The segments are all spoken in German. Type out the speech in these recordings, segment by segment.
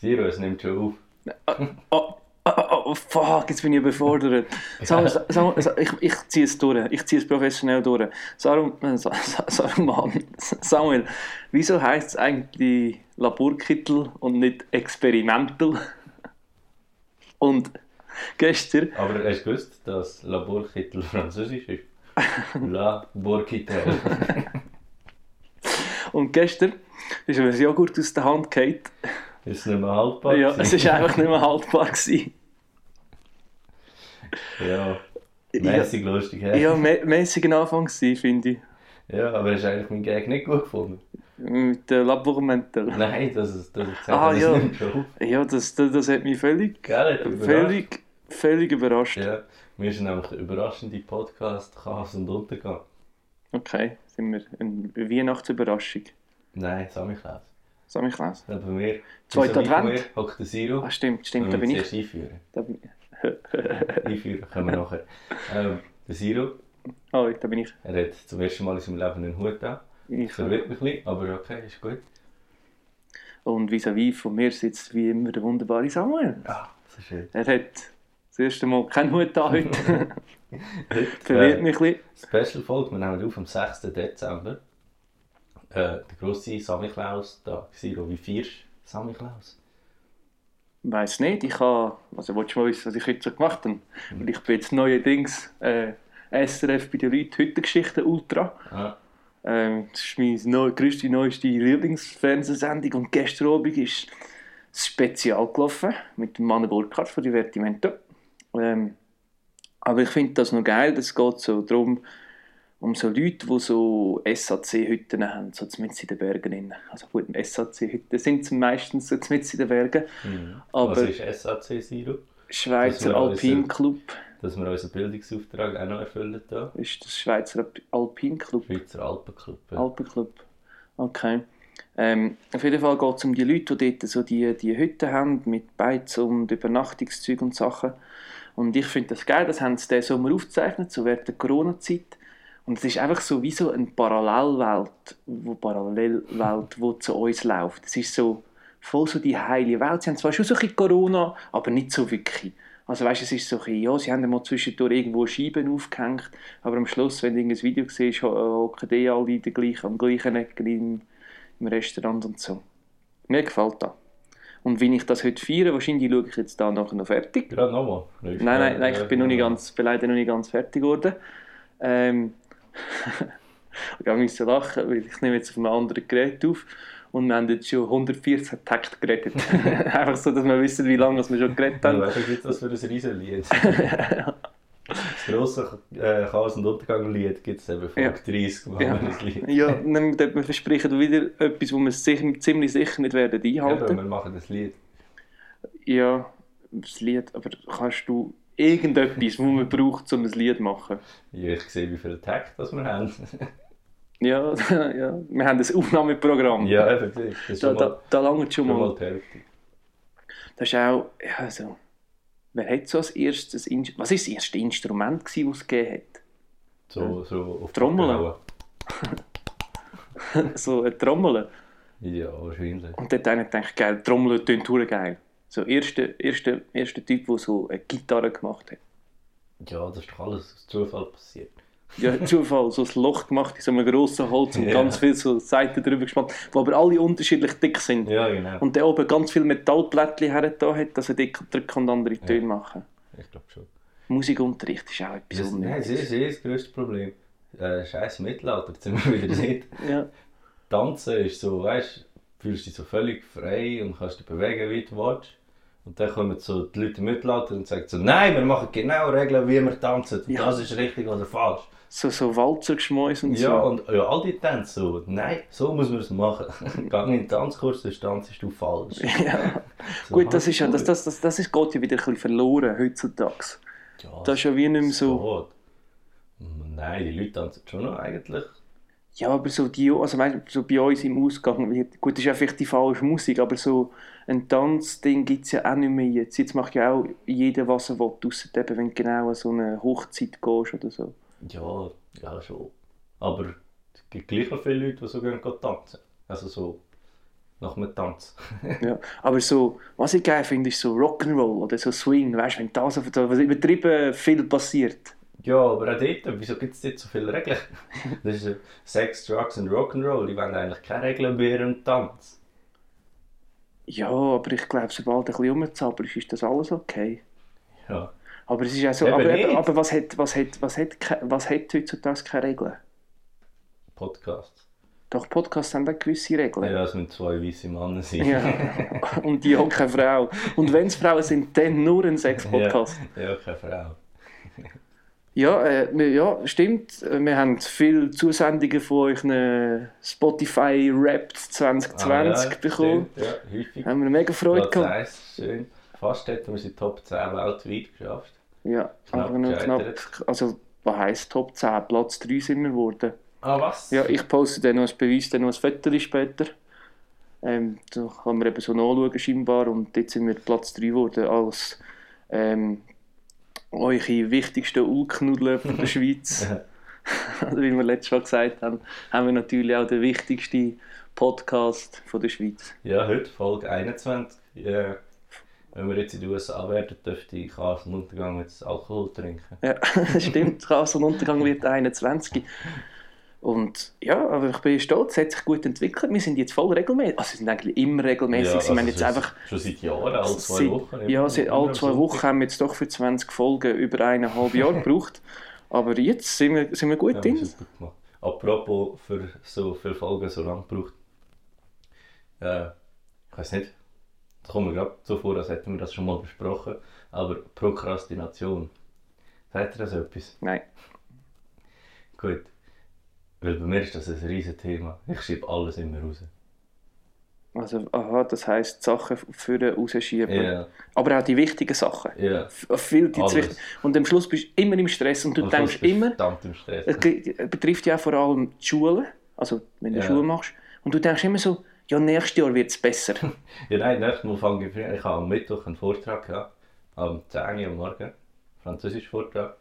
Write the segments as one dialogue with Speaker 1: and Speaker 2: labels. Speaker 1: Zero, es nimmt schon auf.
Speaker 2: Oh, oh, oh, oh, fuck, jetzt bin ich überfordert. Sarah, Sa- Sa- Sa- ich, ich ziehe es durch. Ich ziehe es professionell durch. Sarah, äh, Sa- Sa- Sarah, Mann. Samuel, wieso heisst es eigentlich Laborkittel und nicht Experimental? Und gestern,
Speaker 1: Aber hast du gewusst, dass Laborkittel französisch ist? Laborkittel.
Speaker 2: und gestern ist mir ein Joghurt aus der Hand gefallen.
Speaker 1: Ist nicht mehr haltbar?
Speaker 2: Ja, es
Speaker 1: gewesen?
Speaker 2: war einfach nicht mehr haltbar. Gewesen.
Speaker 1: Ja, mäßig lustig. hä?
Speaker 2: Ja, mä- mäßig ein Anfang gewesen, finde ich.
Speaker 1: ja, aber hast du eigentlich meinen Gag nicht gut gefunden?
Speaker 2: Mit der Labormental.
Speaker 1: Nein, das ist das, ist, das,
Speaker 2: Ah, ja.
Speaker 1: nimmt schon auf.
Speaker 2: Ja, das, das, das hat mich völlig,
Speaker 1: Gell, hat überrascht.
Speaker 2: völlig, völlig überrascht.
Speaker 1: Ja, wir sind nämlich der überraschende Podcast Chaos und Untergang.
Speaker 2: Okay, sind wir eine Weihnachtsüberraschung.
Speaker 1: Nein, Sammy Klaus.
Speaker 2: Soll ich lesen?
Speaker 1: Neben mir,
Speaker 2: Zweiter
Speaker 1: unser Mikro
Speaker 2: Advent.
Speaker 1: hier, hockt der Siro.
Speaker 2: Ah, stimmt, stimmt, da
Speaker 1: Wir
Speaker 2: bin
Speaker 1: müssen
Speaker 2: ich.
Speaker 1: zuerst einführen.
Speaker 2: Da bin ich.
Speaker 1: Einführen können wir nachher. Ähm, der Siro,
Speaker 2: Oh, da bin ich.
Speaker 1: er hat zum ersten Mal in seinem Leben einen Hut an.
Speaker 2: ich.
Speaker 1: Ich verwirrt mich ein bisschen, aber okay, ist gut.
Speaker 2: Und vis-à-vis von mir sitzt wie immer der wunderbare Samuel.
Speaker 1: Ja, so schön.
Speaker 2: Er hat das erste Mal keinen Hut an heute. Verwirrt
Speaker 1: Heute, äh,
Speaker 2: mich ein bisschen.
Speaker 1: Special-Folge, wir nehmen auf am 6. Dezember. Äh, der grosse Sammy Klaus, da Siro, wie feierst du Sammy Klaus?
Speaker 2: Weiß nicht, ich habe, also willst du mal wissen, was ich heute so gemacht habe?
Speaker 1: Mhm.
Speaker 2: Und ich bin jetzt neuerdings äh, SRF bei den Leuten Hüttengeschichten Ultra.
Speaker 1: Ah,
Speaker 2: Ähm, das ist meine neu, grösste, neueste Lieblingsfernsehsendung und gestern Abend ist das Spezial gelaufen mit dem Mann Burkhardt von Divertimento. Ähm, aber ich finde das noch geil, das geht so darum, um so Leute, die so SAC-Hütten haben, so zumindest in den Bergen. drin. Also gut, SAC-Hütten sind meistens so zumindest in den Bergen,
Speaker 1: was
Speaker 2: aber...
Speaker 1: hm. Also ist SAC, Siro? Das
Speaker 2: Schweizer
Speaker 1: war alles
Speaker 2: Alpin
Speaker 1: sehr-
Speaker 2: Club.
Speaker 1: Dass wir unseren Bildungsauftrag auch noch erfüllen hier.
Speaker 2: Ist das Schweizer Alp- Alpin Club?
Speaker 1: Schweizer Alpenclub. ja.
Speaker 2: Alpenclub. Okay. Ähm, auf jeden Fall geht es um die Leute, die dort so die, die Hütten haben, mit Beiz und Übernachtungszeug und Sachen. Und ich finde das geil, das haben sie diesen Sommer aufgezeichnet, so während der Corona-Zeit. Und es ist einfach so wie so eine Parallelwelt, wo Parallelwelt, wo zu uns läuft. Es ist so voll so die heile Welt. Sie haben zwar schon so ein bisschen Corona, aber nicht so wirklich. Also weißt, es ist so ein bisschen, ja, sie haben mal zwischendurch irgendwo Scheiben aufgehängt, aber am Schluss, wenn du irgendein Video siehst, ho- hocken die alle in der gleichen, am gleichen Ecken im, im Restaurant und so. Mir gefällt das. Und wenn ich das heute feiere, wahrscheinlich schaue ich jetzt da nachher noch fertig.
Speaker 1: Gerade nochmal. Nein, äh,
Speaker 2: Nein, nein, nein, ich bin noch nicht ganz, bin leider noch nicht ganz fertig geworden. Ähm, ich musste lachen, weil ich nehme jetzt auf einem anderen Gerät auf und wir haben jetzt schon 114 Takt geredet. Einfach so, dass wir wissen, wie lange wir schon geredet
Speaker 1: Dann
Speaker 2: haben.
Speaker 1: weißt du jetzt, was für ein Riesenlied. das grosse äh, Chaos- und Untergang-Lied gibt es eben Folge
Speaker 2: Ja.
Speaker 1: 30, machen
Speaker 2: Ja,
Speaker 1: wir das Lied.
Speaker 2: ja dann wird man versprechen wieder etwas, wo wir sicher, ziemlich sicher nicht werden
Speaker 1: Ja,
Speaker 2: einhalten.
Speaker 1: wir machen das Lied.
Speaker 2: Ja, das Lied, aber kannst du irgendetwas, wo man braucht, um ein Lied zu machen?
Speaker 1: Ja, ich sehe, wie viele Tag das wir haben.
Speaker 2: Ja, ja, wir haben ein Aufnahmeprogramm.
Speaker 1: ja, eben, siehst du, das ist
Speaker 2: Da,
Speaker 1: schon mal,
Speaker 2: da, da langt schon
Speaker 1: schon
Speaker 2: mal.
Speaker 1: mal die Hälfte.
Speaker 2: Das ist auch, ja, also, wer hat so als erstes, Inst- was ist das erste Instrument gewesen, das es gegeben
Speaker 1: So, so auf die
Speaker 2: Trommeln.
Speaker 1: Backen hauen.
Speaker 2: hat? so eine Trommel.
Speaker 1: Ja, wahrscheinlich.
Speaker 2: Und dort einer denkt, geil, Trommeln tönt hure geil. So, erster erste, erste Typ, der so eine Gitarre gemacht hat.
Speaker 1: Ja, das ist doch alles aus Zufall passiert.
Speaker 2: Ja, Zufall, so ein Loch gemacht in so einem grossen Holz und
Speaker 1: Ja.
Speaker 2: ganz viel so Seiten drüber gespannt, die aber alle unterschiedlich dick sind.
Speaker 1: Ja, genau.
Speaker 2: Und der oben ganz viel Metallplättchen hergetan hat, dass er dicker drücken kann und andere Töne machen.
Speaker 1: Ich glaube schon.
Speaker 2: Musikunterricht ist auch etwas
Speaker 1: Das, nein, das ist eh das grösste Problem. Äh, Scheiß Mittelalter, jetzt sind wir wieder nicht.
Speaker 2: Ja.
Speaker 1: Tanzen ist so, weißt du, fühlst dich so völlig frei und kannst dich bewegen, wie du willst. Und dann kommen so die Leute im Mittelalter und sagen so, nein, wir machen genau Regeln, wie wir tanzen. Und
Speaker 2: Ja.
Speaker 1: Das ist richtig oder falsch.
Speaker 2: So, so Walzergeschmäus und
Speaker 1: Ja, oh,
Speaker 2: so.
Speaker 1: und ja, all die Tänze so, nein, so muss man es machen. Gang in den Tanzkurs, sonst tanzt du falsch.
Speaker 2: Ja.
Speaker 1: So,
Speaker 2: Gut, das ist ja,
Speaker 1: halt,
Speaker 2: das, das, das, das ist, geht ja wieder ein bisschen verloren heutzutage.
Speaker 1: ja,
Speaker 2: Das ist ja wie nicht mehr so.
Speaker 1: so. Nein, die Leute tanzen schon noch eigentlich.
Speaker 2: Ja, aber so die, also weißt, du, so bei uns im Ausgang, wird- gut, das ist ja vielleicht die falsche Musik, aber so ein Tanzding gibt es ja auch nicht mehr jetzt. Jetzt macht ja auch jeder, was er will, ausser eben, wenn du genau an so eine Hochzeit gehst oder so.
Speaker 1: Ja, ja schon. Aber es gibt gleich noch viele Leute, die so gerne tanzen. Also so, nach einem Tanz.
Speaker 2: Ja. Aber so, was ich geil finde, ist so Rock'n'Roll oder so Swing, weißt du, wenn das auf was übertrieben viel passiert.
Speaker 1: Ja, aber auch dort, wieso gibt es dort so viele Regeln? Das ist äh, Sex, Drugs und Rock'n'Roll, die wollen eigentlich keine Regeln bei ihrem Tanz.
Speaker 2: Ja, aber ich glaube, sobald ein bisschen rumzappelst, ist das alles okay.
Speaker 1: Ja.
Speaker 2: Aber es ist auch so,
Speaker 1: Eben
Speaker 2: aber,
Speaker 1: nicht.
Speaker 2: eben, aber was hat, was hat, was hat, ke- was hat heutzutage keine Regeln?
Speaker 1: Podcast.
Speaker 2: Doch Podcasts haben auch gewisse Regeln.
Speaker 1: Ja, es müssen zwei weiße Männer sein.
Speaker 2: Ja. Und die auch keine Frau. Und wenn es Frauen sind, dann nur ein Sex-Podcast.
Speaker 1: ja, keine Frau.
Speaker 2: Ja. äh, wir- ja, stimmt. Äh, Wir haben viele Zusendungen von euren Spotify Wrapped 2020
Speaker 1: ja,
Speaker 2: bekommen.
Speaker 1: Ah, stimmt, Ja, häufig.
Speaker 2: Haben wir mega Freude
Speaker 1: Platz
Speaker 2: gehabt.
Speaker 1: 1, schön. Fast hätten wir sie Top 10 weltweit geschafft.
Speaker 2: Ja,
Speaker 1: Knapp
Speaker 2: aber nur knapp.
Speaker 1: gescheitert.
Speaker 2: Also, was heisst Top 10? Platz 3 sind wir geworden.
Speaker 1: Ah, was?
Speaker 2: Ja, ich poste dann noch als Beweis, dann noch ein Foto später. Ähm, da kann man eben so nachschauen scheinbar und jetzt sind wir Platz 3 geworden als ähm, eure wichtigsten Ulknudeln von der Schweiz. Also, Wie wir letztes Mal gesagt haben, haben wir natürlich auch den wichtigsten Podcast von der Schweiz.
Speaker 1: Ja, heute Folge 21. Ja. Wenn wir jetzt in den USA werden, dürfte ich Kass und Untergang jetzt Alkohol trinken.
Speaker 2: Ja, stimmt, Chaos und Untergang wird 21. Und ja, aber ich bin stolz, es hat sich gut entwickelt. Wir sind jetzt voll regelmäßig. Also, wir sind eigentlich immer regelmäßig.
Speaker 1: Ja,
Speaker 2: wir haben
Speaker 1: also
Speaker 2: jetzt
Speaker 1: schon-
Speaker 2: einfach
Speaker 1: Schon seit Jahren, alle zwei
Speaker 2: Seit-
Speaker 1: Wochen.
Speaker 2: Ja,
Speaker 1: immer-
Speaker 2: seit
Speaker 1: immer
Speaker 2: alle
Speaker 1: am
Speaker 2: zwei
Speaker 1: Sonntag.
Speaker 2: Wochen haben wir jetzt doch für 20 Folgen über eineinhalb Jahre gebraucht. Aber jetzt sind wir, sind wir gut
Speaker 1: Ja, haben wir
Speaker 2: drin.
Speaker 1: super gemacht. Apropos, für so viele Folgen so lange gebraucht. Äh, ich weiß nicht, das kommt mir gerade so vor, als hätten wir das schon mal besprochen. Aber Prokrastination. Sagt ihr das etwas?
Speaker 2: Nein.
Speaker 1: Gut. Weil bei mir ist das ein riesen Thema. Ich schiebe alles immer raus.
Speaker 2: Also, aha, das heisst, die Sachen für rausschieben.
Speaker 1: Ja,
Speaker 2: Aber auch die wichtigen Sachen.
Speaker 1: ja.
Speaker 2: F- äh, Viel die
Speaker 1: Alles.
Speaker 2: wichtig. Und am Schluss bist du immer im Stress und du
Speaker 1: Am Schluss
Speaker 2: denkst
Speaker 1: bist du
Speaker 2: immer,
Speaker 1: Verdammt im Stress.
Speaker 2: es ge- äh, betrifft ja auch vor allem die Schule, also wenn du
Speaker 1: Ja.
Speaker 2: Schule machst, und du denkst immer so, ja, nächstes Jahr wird es besser.
Speaker 1: Ja, nein, nächstes Mal fange ich früher. Ich habe am Mittwoch einen Vortrag gehabt, am 10 Uhr am Morgen, französisch Vortrag.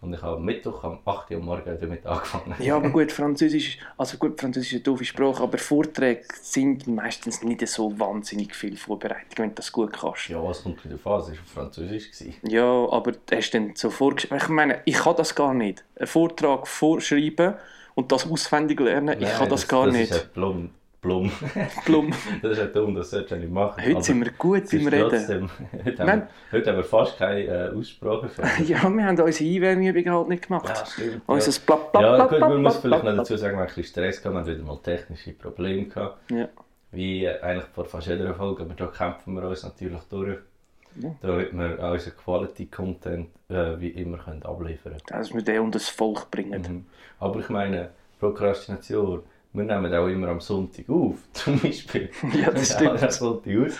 Speaker 1: Und ich habe am Mittwoch am 8 Uhr am Morgen damit angefangen.
Speaker 2: Ja, aber gut, Französisch, also gut, Französisch ist eine doofe Sprache, aber Vorträge sind meistens nicht so wahnsinnig viel Vorbereitung, wenn du das gut kannst. Ja,
Speaker 1: Ja, es kommt wieder Phase, es war auf Französisch. Gewesen.
Speaker 2: aber hast du dann so vorgeschrieben? Ich meine, ich kann das gar nicht. Einen Vortrag vorschreiben und das auswendig lernen, ich kann das, gar
Speaker 1: das
Speaker 2: nicht.
Speaker 1: Ist ein Blum. Blum.
Speaker 2: Plump.
Speaker 1: das ist ein dumm, das solltest du nicht machen.
Speaker 2: Heute
Speaker 1: Aber
Speaker 2: sind wir
Speaker 1: es
Speaker 2: gut im
Speaker 1: ist
Speaker 2: Reden.
Speaker 1: Trotzdem, heute, haben wir,
Speaker 2: Nein.
Speaker 1: heute haben wir fast keine äh, Aussprache für.
Speaker 2: Ja, wir haben unsere Einwärmübung halt nicht
Speaker 1: Ja,
Speaker 2: gemacht.
Speaker 1: stimmt.
Speaker 2: Unser
Speaker 1: ja.
Speaker 2: Bla bla
Speaker 1: Ja,
Speaker 2: bla
Speaker 1: gut,
Speaker 2: bla
Speaker 1: man muss
Speaker 2: bla
Speaker 1: vielleicht
Speaker 2: bla
Speaker 1: noch
Speaker 2: bla.
Speaker 1: dazu sagen, wir hatten ein bisschen Stress gehabt, wir haben wieder mal technische Probleme gehabt.
Speaker 2: Ja.
Speaker 1: Wie äh, eigentlich vor fast jeder Folge, aber da kämpfen wir uns natürlich durch.
Speaker 2: Ja.
Speaker 1: Damit wir auch unseren Quality-Content äh, wie immer können abliefern
Speaker 2: Dass wir den unter das Volk bringen.
Speaker 1: können. Aber ich meine, Prokrastination, wir nehmen auch immer am Sonntag auf, zum Beispiel.
Speaker 2: Ja,
Speaker 1: Wir
Speaker 2: das
Speaker 1: nehmen
Speaker 2: stimmt.
Speaker 1: Am Sonntag aus.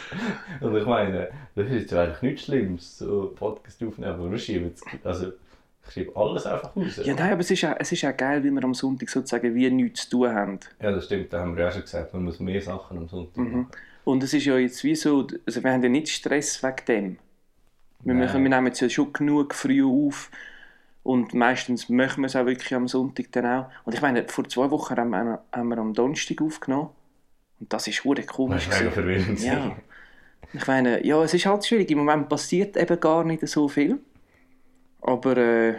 Speaker 1: Und ich meine, das ist jetzt eigentlich nichts Schlimmes, so einen Podcast aufnehmen, aber wir schieben es. Also, ich schiebe alles einfach raus.
Speaker 2: Ja, nein, aber es ist, auch, es ist auch geil, wenn wir am Sonntag sozusagen wie nichts zu tun haben.
Speaker 1: Ja, das stimmt, da haben wir ja schon gesagt, man muss mehr Sachen am Sonntag
Speaker 2: Mhm.
Speaker 1: machen.
Speaker 2: Und es ist ja jetzt wie so, also wir haben ja nicht Stress wegen dem. Wir,
Speaker 1: Nein.
Speaker 2: machen, wir nehmen jetzt ja schon genug früh auf und meistens machen wir es auch wirklich am Sonntag dann auch. Und ich meine, vor zwei Wochen haben wir, haben wir am Donnerstag aufgenommen und das ist hure komisch.
Speaker 1: Das ist mega
Speaker 2: gewesen.
Speaker 1: verwirrend.
Speaker 2: Ja. Ich meine, ja, es ist halt schwierig. Im Moment passiert eben gar nicht so viel. Aber äh,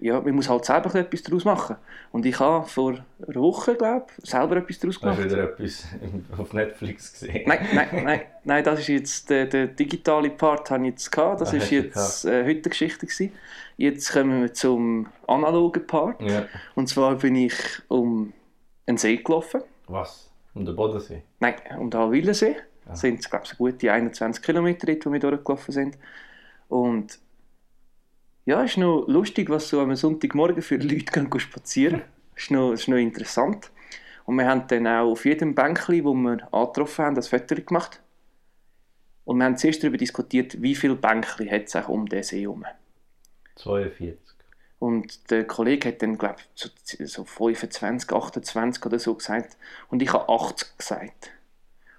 Speaker 2: ja, man muss halt selber etwas daraus machen. Und ich habe vor einer Woche, glaube ich, selber etwas daraus
Speaker 1: Hast
Speaker 2: gemacht.
Speaker 1: du wieder etwas auf Netflix gesehen?
Speaker 2: Nein, nein, nein, nein, das ist jetzt der, der digitale Part, habe ich jetzt gehabt. Das
Speaker 1: Ah,
Speaker 2: ist
Speaker 1: hast du
Speaker 2: jetzt äh, heute Geschichte gewesen. Jetzt kommen wir zum analogen Part.
Speaker 1: Ja.
Speaker 2: Und zwar bin ich um einen See gelaufen.
Speaker 1: Was? Um den Bodensee?
Speaker 2: Nein, um den Wilhelmsee. Das sind, glaube ich, so gute 21 Kilometer, dort, die wir durchgelaufen sind. Und ja, ist noch lustig, was so am Sonntagmorgen für Leute gehen spazieren. ist, noch, ist noch interessant. Und wir haben dann auch auf jedem Bänkchen, wo wir angetroffen haben, das Foto gemacht. Und wir haben zuerst darüber diskutiert, wie viele Bänkchen hat es auch um den See herum.
Speaker 1: 42.
Speaker 2: Und der Kollege hat dann, glaube ich, so, so 25, 28 oder so gesagt. Und ich habe 80 gesagt.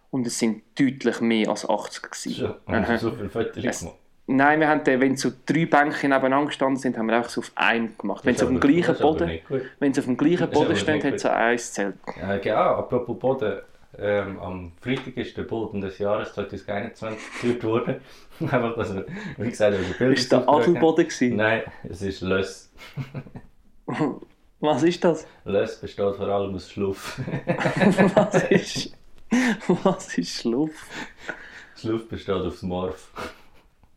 Speaker 2: Und es sind deutlich mehr als 80 gewesen.
Speaker 1: Ja, haben wir so viele Fotos
Speaker 2: Es-
Speaker 1: gemacht.
Speaker 2: Nein, wir haben dann, wenn so drei Bänke nebeneinander gestanden sind, haben wir einfach so auf einen gemacht. Wenn
Speaker 1: Das
Speaker 2: es auf dem
Speaker 1: aber-
Speaker 2: gleichen
Speaker 1: das ist aber
Speaker 2: Boden,
Speaker 1: nicht gut.
Speaker 2: wenn es auf dem gleichen
Speaker 1: Das ist aber
Speaker 2: Boden
Speaker 1: nicht
Speaker 2: steht, hat
Speaker 1: gut.
Speaker 2: es auch eins gezählt.
Speaker 1: Äh, ja, ah, apropos Boden. ähm, am Freitag ist der Boden des Jahres 2021 gekürt worden. Einfach, dass wir, wie gesagt, unsere Bilder
Speaker 2: Ist der
Speaker 1: aufgedruckt haben.
Speaker 2: Adelboden gewesen?
Speaker 1: ne? Nein, es ist Löss.
Speaker 2: Was ist das?
Speaker 1: Löss besteht vor allem aus Schluff.
Speaker 2: Was ist... Was ist Schluff?
Speaker 1: Schluff besteht aus Morph.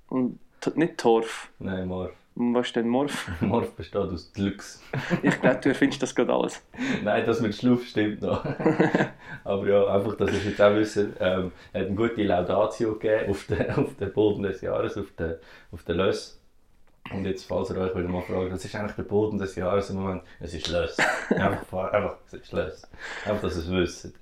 Speaker 2: Und t- nicht Torf.
Speaker 1: Nein, Morph.
Speaker 2: Was ist denn Morph?
Speaker 1: Morph besteht aus Deluxe.
Speaker 2: Ich glaube, du erfindest das gerade alles.
Speaker 1: Nein, das mit Schluff stimmt noch. Aber ja, einfach, dass ich jetzt auch wissen, ähm, er hat eine gute Laudatio gegeben auf den, auf den Boden des Jahres, auf den, auf den Löss. Und jetzt, falls ihr euch wieder mal fragt, was ist eigentlich der Boden des Jahres im Moment? Es ist Löss. Einfach, einfach es ist Löss. Einfach, dass ihr es wisst.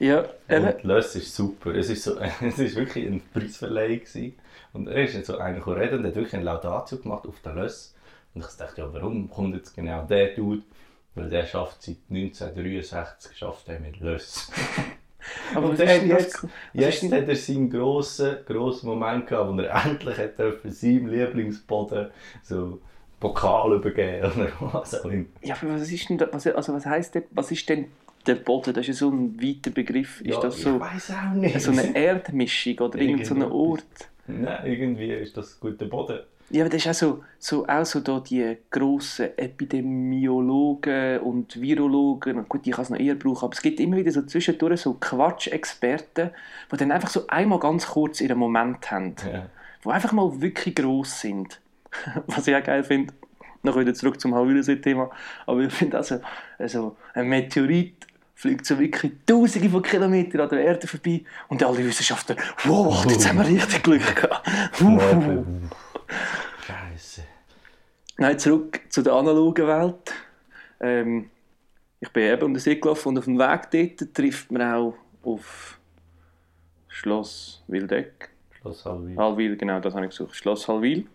Speaker 2: Ja, eben.
Speaker 1: Und Löss ist super. Es ist, so, es ist wirklich ein Preisverleih. Gewesen. Und er ist jetzt so einer gekommen reden und hat wirklich eine Laudatio gemacht auf den Löss. Und ich dachte, ja, warum kommt jetzt genau der Dude? Weil der schafft seit 1963 schafft er mit Löss. Und
Speaker 2: Aber was
Speaker 1: der
Speaker 2: ist
Speaker 1: hat
Speaker 2: denn das?
Speaker 1: jetzt,
Speaker 2: ge- was ist
Speaker 1: jetzt
Speaker 2: denn-
Speaker 1: hat er seinen grossen, grossen Moment gehabt, wo er endlich hat für seinem Lieblingsboden so Pokal übergeben oder was auch immer.
Speaker 2: Ja, aber was ist denn da, was, also was heißt der, was ist denn der Boden? Das ist ja so ein weiter Begriff. Ist
Speaker 1: Ja,
Speaker 2: das
Speaker 1: Ich
Speaker 2: so,
Speaker 1: weiß auch nicht.
Speaker 2: so eine Erdmischung oder irgendein so ein
Speaker 1: Irgendetwas.
Speaker 2: Ort?
Speaker 1: Nein, irgendwie ist das guter Boden.
Speaker 2: Ja, aber das ist auch so, so, auch so da die grossen Epidemiologen und Virologen. Und gut, ich kann es noch eher brauchen, aber es gibt immer wieder so zwischendurch so Quatschexperten, die dann einfach so einmal ganz kurz ihren Moment haben.
Speaker 1: Ja.
Speaker 2: die einfach mal wirklich gross sind. Was ich auch geil finde, noch wieder zurück zum Havilensee-Thema, aber ich finde also, also, ein Meteorit fliegt so wirklich tausende von Kilometern an der Erde vorbei und alle Wissenschaftler, wow, jetzt haben wir richtig Glück gehabt. Wow.
Speaker 1: Scheiße.
Speaker 2: Nein, zurück zu der analogen Welt. Ähm, ich bin eben um den See gelaufen und auf dem Weg dort trifft man auch auf Schloss Wildeck.
Speaker 1: Schloss Halbi.
Speaker 2: Halwil, genau, das habe ich gesucht. Schloss Halwil.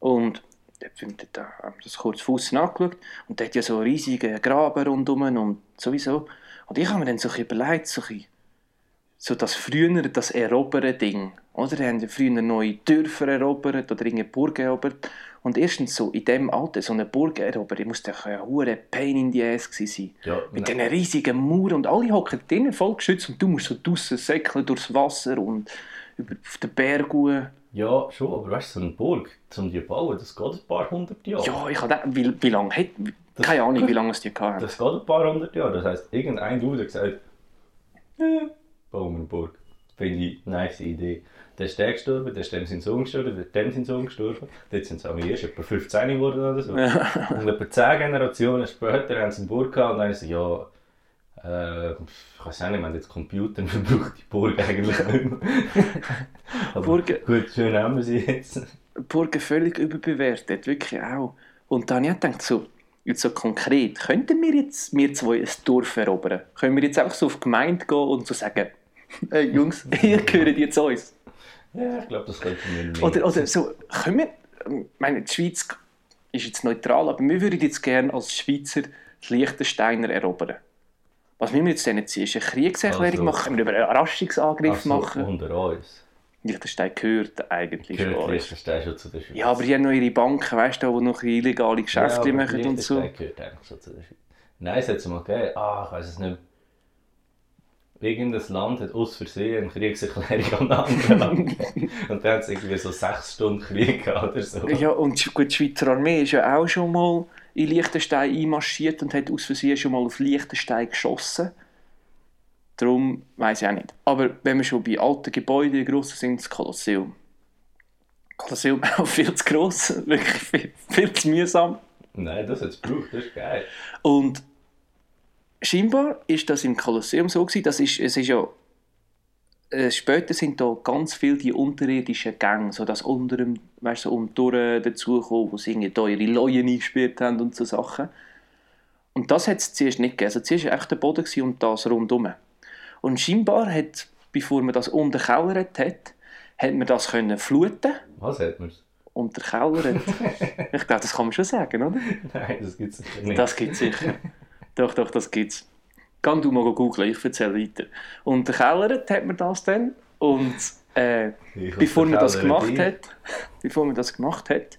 Speaker 2: Und dort sind da, haben wir das kurz Fuß angeschaut. Und dort ja so riesige Graben rundum und sowieso. Und ich habe mir dann so ein bisschen überlegt, so, ein bisschen, so das früher, das erobere Ding. Oder die haben ja früher neue Dörfer erobert oder irgendeine Burg erobert. Und erstens so in dem Alter, so eine Burg erobert, die muss doch eine hure Pain in the Ass gewesen sein.
Speaker 1: Ja,
Speaker 2: Mit diesen riesigen Mauern und alle hocken drinnen voll geschützt und du musst so draussen säckeln durchs Wasser und über auf den Berg hoch.
Speaker 1: ja, schon, aber weißt du, so eine Burg, um die zu bauen, das geht ein paar hundert Jahre.
Speaker 2: Ja, ich habe wie, wie lange hat, wie- keine Ahnung, wie lange es die hatten.
Speaker 1: Das geht ein paar hundert Jahre. Das heisst, irgendein Dude hat gesagt, äh, bauen wir eine Burg. Finde ich eine nice Idee. Dann ist der gestorben, dann ist dem sein Sohn gestorben, dann ist dem sein Sohn gestorben. Dort sind sie am erst etwa 15 geworden oder so. Und etwa 10 Generationen später haben sie eine Burg gehabt und dann haben sie gesagt, ja, äh, ich weiß auch nicht, man jetzt Computer, man braucht die Burg eigentlich nicht mehr. Aber
Speaker 2: Burgen-
Speaker 1: Gut, schön haben wir sie jetzt.
Speaker 2: Burgen völlig überbewertet, wirklich auch. Und dann habe ich gedacht, so, jetzt so konkret, könnten wir jetzt, wir zwei ein Dorf erobern? Können wir jetzt einfach so auf die Gemeinde gehen und so sagen, hey Jungs, ihr gehört jetzt uns?
Speaker 1: Ja, ich glaube, das könnte man nicht.
Speaker 2: Oder, oder so, können wir, ähm, ich meine, die Schweiz ist jetzt neutral, aber wir würden jetzt gerne als Schweizer die Liechtensteiner erobern. Was müssen wir jetzt denn jetzt? Ist eine Kriegserklärung
Speaker 1: Also-
Speaker 2: machen? Können wir einen Überraschungsangriff
Speaker 1: Ach so,
Speaker 2: machen?
Speaker 1: unter uns.
Speaker 2: Liechtenstein gehört eigentlich
Speaker 1: Gehört
Speaker 2: schon.
Speaker 1: Liechtenstein schon zu der Schweiz.
Speaker 2: Ja, aber die haben noch ihre Banken, weißt du, die noch illegale Geschäfte
Speaker 1: aber
Speaker 2: machen und so.
Speaker 1: Liechtenstein gehört eigentlich schon zu der Schweiz. Nein, es hat es mal gegeben. Ah, ich weiß es nicht mehr. Irgendein Land hat aus Versehen eine Kriegserklärung an ein anderes Land gegeben. Und dann hat es irgendwie so sechs Stunden Krieg gehabt oder so.
Speaker 2: Ja, und die- gut, die Schweizer Armee ist ja auch schon mal in Liechtenstein einmarschiert und hat aus Versehen schon mal auf Liechtenstein geschossen. Darum weiß ich auch nicht. Aber wenn wir schon bei alten Gebäuden grossen sind, das Kolosseum. Kolosseum auch viel zu gross, wirklich viel, viel zu mühsam.
Speaker 1: Nein, das hat es gebraucht, das ist geil.
Speaker 2: Und scheinbar ist das im Kolosseum so gewesen, das ist, es ist ja äh, später sind da ganz viel die unterirdischen Gänge, so das unter dem, weißt du, so unten durch dazugekommen, wo sie irgendwie da ihre Leuen eingespielt haben und so Sachen. Und das hat es zuerst nicht gegeben. Also zuerst war echt der Boden gewesen und das rundum. Und scheinbar hat, bevor man das unterkellert hat, hat man das können fluten,
Speaker 1: Was hat man?
Speaker 2: unterkellert. ich glaube, das kann man schon sagen, oder?
Speaker 1: Nein, das gibt es nicht.
Speaker 2: Das gibt's sicher. doch, doch, das gibt's. Geh du mal googlen, ich erzähle weiter. Und gekellert hat man das dann. Und äh,
Speaker 1: Ich
Speaker 2: bevor man das
Speaker 1: erzähle
Speaker 2: gemacht
Speaker 1: dir.
Speaker 2: hat, bevor man das gemacht hat,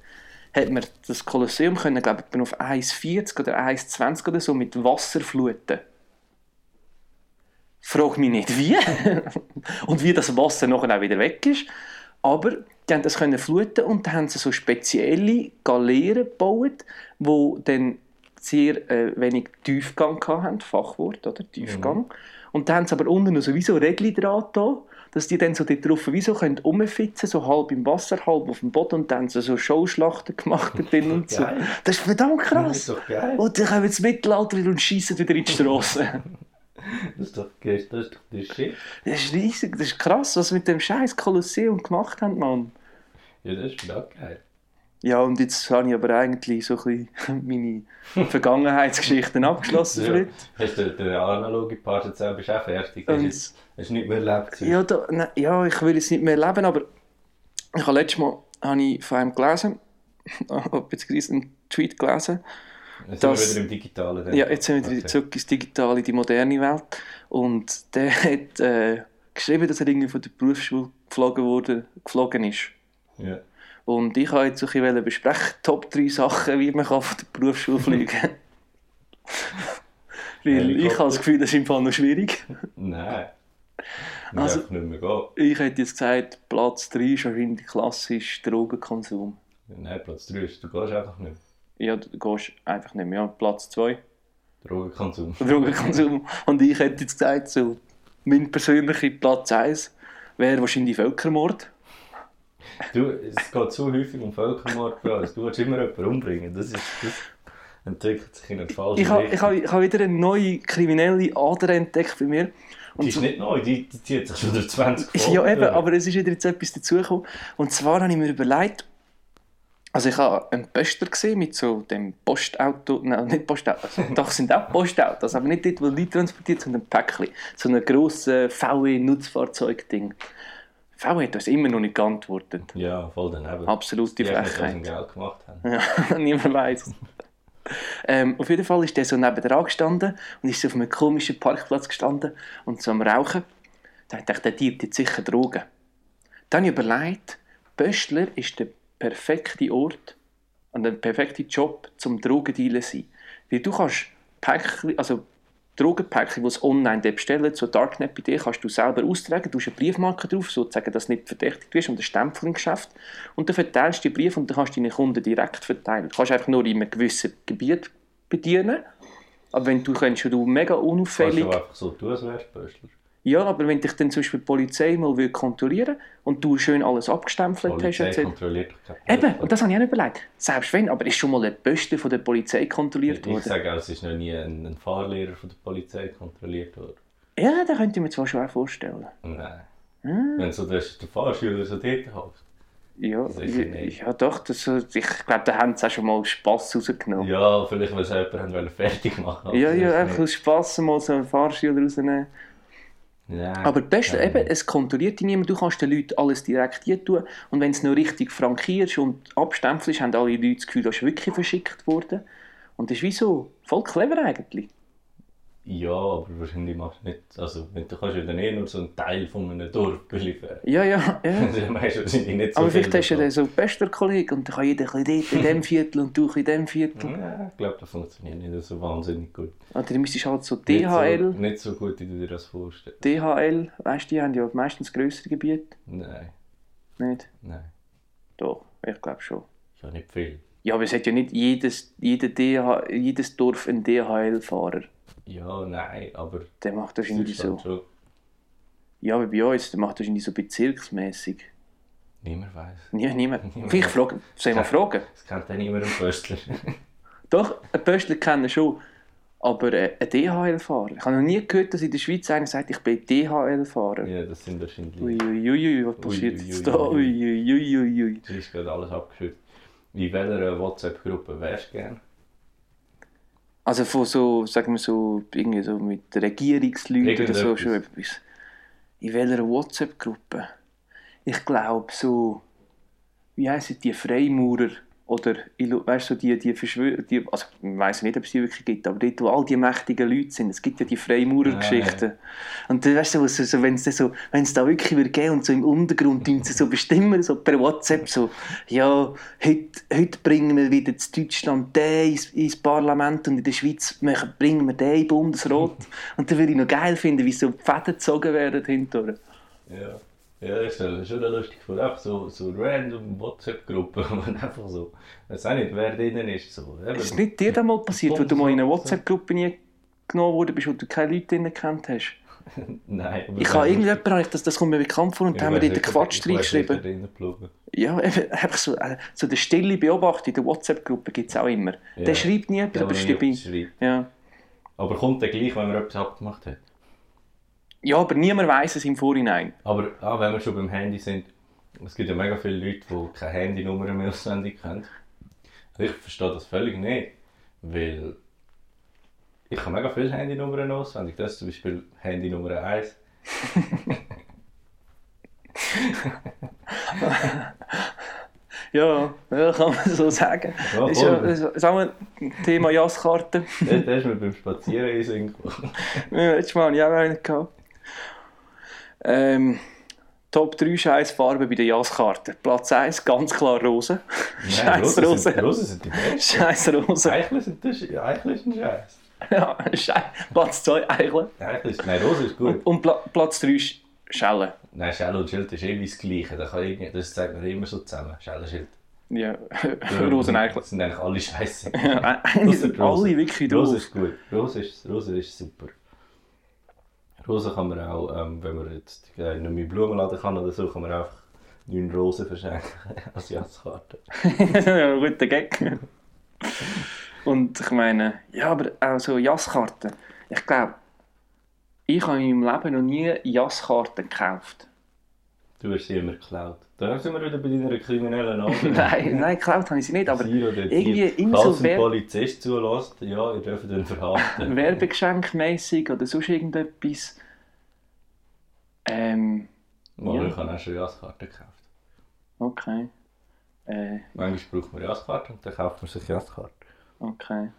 Speaker 2: hat man das Kolosseum können, glaube ich, auf 1,40 oder 1,20 oder so mit Wasser fluten. Frag mich nicht wie und wie das Wasser nachher auch wieder weg ist. Aber die haben das können fluten und dann haben sie so spezielle Galeeren gebaut, wo dann sehr äh, wenig Tiefgang hatten, Fachwort, oder? Tiefgang.
Speaker 1: Mhm.
Speaker 2: Und dann haben sie aber unten noch sowieso Regeln dran getan, dass die dann so dort drauf wie so können rumfitzen, so halb im Wasser, halb auf dem Boden und dann so, so Showschlachten gemacht dort drin und so.
Speaker 1: Geil.
Speaker 2: Das ist verdammt
Speaker 1: Das
Speaker 2: krass.
Speaker 1: ist doch geil.
Speaker 2: Und dann kommen jetzt Mittelalter wieder und schießen wieder in die Straße.
Speaker 1: Das ist doch geil. Das ist doch der Shit.
Speaker 2: Das ist riesig, das ist krass, was sie mit dem scheiß Kolosseum gemacht haben, Mann.
Speaker 1: Ja, das ist doch geil.
Speaker 2: Ja, und jetzt habe ich aber eigentlich so ein bisschen meine Vergangenheitsgeschichten abgeschlossen für
Speaker 1: Ja.
Speaker 2: heute.
Speaker 1: Hast du den analogen Part jetzt auch, bist du auch fertig?
Speaker 2: Und-
Speaker 1: Hast jetzt- hast du nicht mehr erlebt?
Speaker 2: Ja, da, ne, ja, ich will es nicht mehr erleben, aber ich habe letztes Mal habe ich von einem gelesen, beziehungsweise einen Tweet gelesen,
Speaker 1: Jetzt sind
Speaker 2: das-
Speaker 1: wir wieder im Digitalen. dann.
Speaker 2: Ja, jetzt sind wir wieder
Speaker 1: Okay.
Speaker 2: zurück ins Digitale, in die moderne Welt. Und der hat äh, geschrieben, dass er irgendwie von der Berufsschule geflogen, wurde, geflogen ist.
Speaker 1: Ja.
Speaker 2: Und ich wollte jetzt so ein bisschen besprechen, Top 3 Sachen, wie man kann von der Berufsschule fliegen kann. Weil ich habe das Gefühl, das ist im Fall noch schwierig.
Speaker 1: Nein. Wir also,
Speaker 2: Also-
Speaker 1: dürfen nicht mehr gehen.
Speaker 2: Ich hätte jetzt gesagt, Platz 3 ist wahrscheinlich klassisch Drogenkonsum.
Speaker 1: Nein, Platz 3 ist, du gehst einfach nicht.
Speaker 2: Ja, du gehst einfach nicht mehr. Ja, Platz 2,
Speaker 1: Drogenkonsum.
Speaker 2: Drogenkonsum. Und ich hätte jetzt gesagt, so, mein persönlicher Platz 1 wäre wahrscheinlich Völkermord.
Speaker 1: Du, es geht so häufig um Völkermord, Bro. Du willst immer jemanden umbringen. Das, ist, das entwickelt sich in eine falsche
Speaker 2: Ich habe,
Speaker 1: Richtung.
Speaker 2: ich, habe, ich habe wieder eine neue kriminelle Ader entdeckt bei mir.
Speaker 1: Die ist nicht neu, die, die zieht sich schon durch 20
Speaker 2: Ist
Speaker 1: Folgen
Speaker 2: ja eben,
Speaker 1: durch.
Speaker 2: aber es ist wieder jetzt etwas dazugekommen. Und zwar habe ich mir überlegt, also ich habe einen Poster gesehen mit so dem Postauto, nein, nicht Postauto, also doch sind auch Postautos, aber nicht dort, wo Leute transportiert, sondern ein Päckchen. So ein grosses E VW-Nutzfahrzeug-Ding. VW E hat uns immer noch nicht geantwortet.
Speaker 1: Ja, voll daneben.
Speaker 2: Absolute
Speaker 1: die haben nicht aus dem
Speaker 2: Frechheit. Hm.
Speaker 1: Geld gemacht. Haben.
Speaker 2: Ja, niemand weiß. Ähm, auf jeden Fall ist der so nebendran gestanden und ist so auf einem komischen Parkplatz gestanden und so am Rauchen. Da dachte ich, der Typ hat sicher Drogen. Dann habe ich überlegt, Böstler ist der perfekte Ort und der perfekte Job zum Drogendealen zu sein. Weil du kannst Päckchen, also Drogenpäckchen, die es online bestellen, so Darknet bei dir, kannst du selber austragen, du hast eine Briefmarke drauf, sozusagen, dass du nicht verdächtigt wirst und ein Stempel im Geschäft. Und dann verteilst du die Briefe und dann kannst du deine Kunden direkt verteilen. Du kannst einfach nur in einem gewissen Gebiet bedienen. Aber wenn du könntest, du mega
Speaker 1: Kannst
Speaker 2: unauffällig...
Speaker 1: du einfach so tun, als wärst du Böschler.
Speaker 2: Ja, aber wenn dich dann zum Beispiel die Polizei mal will kontrollieren und du schön alles abgestempelt hast,
Speaker 1: Polizei
Speaker 2: etc.
Speaker 1: kontrolliert doch keine
Speaker 2: Eben,
Speaker 1: Böschler.
Speaker 2: und das habe ich auch nicht überlegt. Selbst wenn, aber ist schon mal ein Posten von der Polizei kontrolliert
Speaker 1: Ich
Speaker 2: worden.
Speaker 1: sage auch, es ist noch nie ein, ein Fahrlehrer von der Polizei kontrolliert worden.
Speaker 2: Ja, das könnte ich mir zwar schon auch vorstellen.
Speaker 1: Nein.
Speaker 2: Hm.
Speaker 1: Wenn so der, der Fahrschüler so dort hockt.
Speaker 2: Ja,
Speaker 1: Sicher nicht.
Speaker 2: ja doch, das, ich glaube, da haben sie auch schon mal Spass rausgenommen.
Speaker 1: Ja, vielleicht, weil sie jemanden wollen fertig machen aber
Speaker 2: Ja, ja,
Speaker 1: sonst
Speaker 2: einfach
Speaker 1: nicht.
Speaker 2: aus Spass mal so einen Fahrschüler rausnehmen.
Speaker 1: Nein.
Speaker 2: Aber das Beste,
Speaker 1: Nein.
Speaker 2: eben, es kontrolliert dich niemand, du kannst den Leuten alles direkt hier tun und wenn es noch richtig frankierst und abstempelst, haben alle Leute das Gefühl, das ist wirklich verschickt worden. Und das ist wie so, voll clever eigentlich.
Speaker 1: Ja, aber wahrscheinlich machst du nicht. Also, wenn du kannst ja dann eh nur so einen Teil von einem Dorf beliefern.
Speaker 2: Ja, ja, ja.
Speaker 1: Also, dann meinst du wahrscheinlich nicht so
Speaker 2: Aber vielleicht
Speaker 1: viel
Speaker 2: hast du ja
Speaker 1: davon.
Speaker 2: dann so einen bester Kollege und dann kann jeder ein bisschen dort in diesem Viertel und du ein bisschen in diesem Viertel.
Speaker 1: Nein, ich glaube, das funktioniert nicht so wahnsinnig gut.
Speaker 2: Oder du müsstest halt so
Speaker 1: Nicht so,
Speaker 2: DHL,
Speaker 1: nicht so gut, wie du dir das vorstellst.
Speaker 2: DHL, weißt du, die haben ja meistens größere Gebiete.
Speaker 1: Nein,
Speaker 2: Nicht?
Speaker 1: nein.
Speaker 2: Doch, ich glaube schon.
Speaker 1: Ja, nicht viel.
Speaker 2: Ja, aber es hat ja nicht jedes, jede DH, jedes Dorf einen DHL-Fahrer.
Speaker 1: Ja, nein, aber
Speaker 2: Der macht wahrscheinlich so.
Speaker 1: Deutschland schon.
Speaker 2: Ja, aber bei uns, der macht wahrscheinlich so bezirksmäßig.
Speaker 1: Niemand weiß.
Speaker 2: Nie, niemand. Vielleicht fragen. Sollen wir
Speaker 1: Ja.
Speaker 2: fragen?
Speaker 1: Es kennt ja niemand einen Pöstler.
Speaker 2: Doch, ein Pöstler kennen schon. Aber äh, ein DHL-Fahrer. Ich habe noch nie gehört, dass in der Schweiz einer sagt, ich bin DHL-Fahrer.
Speaker 1: ja, das sind wahrscheinlich.
Speaker 2: Uiuiui, was passiert
Speaker 1: Uiuiui.
Speaker 2: jetzt da? Uiuiui.
Speaker 1: Das ist gerade alles abgeschüttet. In welcher WhatsApp-Gruppe wärst du gern?
Speaker 2: Also von so, sagen wir so, irgendwie so mit Regierungsleuten oder so
Speaker 1: Irgendetwas.
Speaker 2: schon etwas. In welcher WhatsApp-Gruppe? Ich glaube so, wie heissen die Freimaurer? Oder, Illu- weißt du, die, die Verschwörung, die, also ich weiss nicht, ob es die wirklich gibt, aber dort, wo all die mächtigen Leute sind, es gibt ja die Freimaurergeschichten. Und dann, weißt du, so, so, wenn es dann so, wenn es da wirklich würde geben und so im Untergrund tun sie so bestimmen, so per WhatsApp, so, ja, heute, heute bringen wir wieder zu Deutschland den ins, ins Parlament und in der Schweiz machen- bringen wir den in den Bundesrat. Und dann würde ich noch geil finden, wie so die Fäden gezogen werden hinterher.
Speaker 1: Ja. Ja, das stelle ich schon lustig vor. Einfach so, so random WhatsApp-Gruppen, wo man einfach so, weiß auch nicht, wer drinnen ist. So. Eben,
Speaker 2: Ist es nicht dir dann mal passiert, wo du mal in eine WhatsApp-Gruppe nie genommen worden bist, wo du keine Leute drin gekannt hast?
Speaker 1: Nein. aber
Speaker 2: Ich habe
Speaker 1: wenn-
Speaker 2: irgendjemanden, habe ich das, das kommt mir bekannt vor, und da haben wir
Speaker 1: weiss
Speaker 2: dort einen
Speaker 1: nicht, ich
Speaker 2: Quatsch
Speaker 1: weiss nicht,
Speaker 2: reingeschrieben.
Speaker 1: wer drinnen geblieben.
Speaker 2: Ja, eben, einfach so, äh, so eine stille Beobachtung in der WhatsApp-Gruppe gibt es auch immer. Der schreibt nie etwas,
Speaker 1: Der,
Speaker 2: aber
Speaker 1: der
Speaker 2: ist
Speaker 1: nicht
Speaker 2: dabei.
Speaker 1: schreibt.
Speaker 2: Ja.
Speaker 1: Aber kommt der gleich, wenn man etwas abgemacht hat.
Speaker 2: ja, aber niemand weiß es im Vorhinein.
Speaker 1: Aber ah, wenn wir schon beim Handy sind, es gibt ja mega viele Leute, die keine Handynummer mehr auswendig kennen. Also Ich verstehe das völlig nicht, weil ich habe mega viele Handynummern auswendig. Das ist zum Beispiel Handy Nummer 1.
Speaker 2: Ja, ja, kann man so sagen.
Speaker 1: Ja,
Speaker 2: ist, ja,
Speaker 1: voll.
Speaker 2: ist ist auch ein Thema Jaskarte.
Speaker 1: Der, der ist mir beim Spazieren in den Sinn gekommen.
Speaker 2: Ja, Letztes Mal hatte ich auch einen. Gehabt. Ähm, Top 3 Scheißfarben bei den Jaskarte. Platz 1, ganz klar Rosen.
Speaker 1: Nein,
Speaker 2: Scheiß
Speaker 1: Rosen sind-
Speaker 2: Rosen.
Speaker 1: Rosen sind die besten.
Speaker 2: Scheiß Rosen.
Speaker 1: Eichel sind das- Eichel ist ein Scheiß.
Speaker 2: Ja, Schei- Platz 2, Eichel.
Speaker 1: Eichel ist, nein, Rosen ist gut.
Speaker 2: Und Pla Platz 3 ist Schelle.
Speaker 1: Nein, Schell und Schild ist eh wie das Gleiche. Das, kann irgendwie- das zeigt man immer so zusammen. Schell und Schild.
Speaker 2: Ja, Rosen, Eichel.
Speaker 1: Das sind eigentlich alle Scheiße.
Speaker 2: Ja, eigentlich sind alle wirklich
Speaker 1: Rose
Speaker 2: doof.
Speaker 1: ist gut. Rose ist, Rose ist super. Rose kann man auch, ähm, wenn man jetzt äh, nicht mehr Blumenladen kann oder so, kann man einfach neun Rosen verschenken als Jaskarte.
Speaker 2: ja, guter Gag. Und ich meine, eh, ja, aber auch so Jasskarten. Ich glaube, ich habe in meinem Leben noch nie Jasskarten gekauft.
Speaker 1: Du hast sie immer geklaut. Da sind wir wieder bei deiner kriminellen Nase.
Speaker 2: Nein, nein, geklaut habe ich sie nicht, aber irgendwie
Speaker 1: irgendwie
Speaker 2: immer
Speaker 1: Falls ein
Speaker 2: so wer-
Speaker 1: Polizist zulässt, ja, ihr dürft ihn verhaften.
Speaker 2: werbegeschenkmäßig oder sonst irgendetwas. Ähm,
Speaker 1: Mal,
Speaker 2: Ja.
Speaker 1: ich habe auch schon Jaskarten gekauft.
Speaker 2: okay. Äh,
Speaker 1: Manchmal braucht man Jaskarten und dann kauft man sich Jaskarten.
Speaker 2: okay.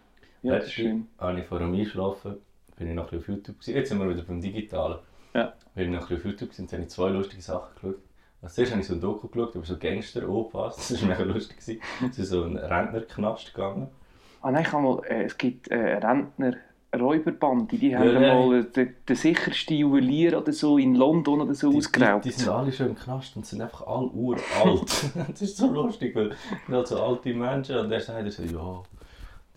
Speaker 2: Ja, das ist schlimm.
Speaker 1: Als ich vor dem Einschlafen bin ich noch ein bisschen auf YouTube. Gewesen. Jetzt sind wir wieder beim Digitalen.
Speaker 2: Ja.
Speaker 1: Bin ich noch ein bisschen auf YouTube gewesen, und dann habe ich zwei lustige Sachen geschaut. Als zuerst habe ich so ein Doku geschaut über so Gangster-Opas. Das war mega lustig. gewesen. Es ist so ein Rentnerknast gegangen.
Speaker 2: Ah nein, ich habe mal, äh, es gibt äh, Rentner, Räuberbande, die haben
Speaker 1: Ja,
Speaker 2: dann
Speaker 1: nein.
Speaker 2: mal äh, den, den sichersten Juwelier oder so in London oder so ausgeraubt.
Speaker 1: Die, die sind alle schon im Knast und sind einfach alle uralt. das ist so lustig, weil das sind halt so alte Menschen und der sagt so, ja,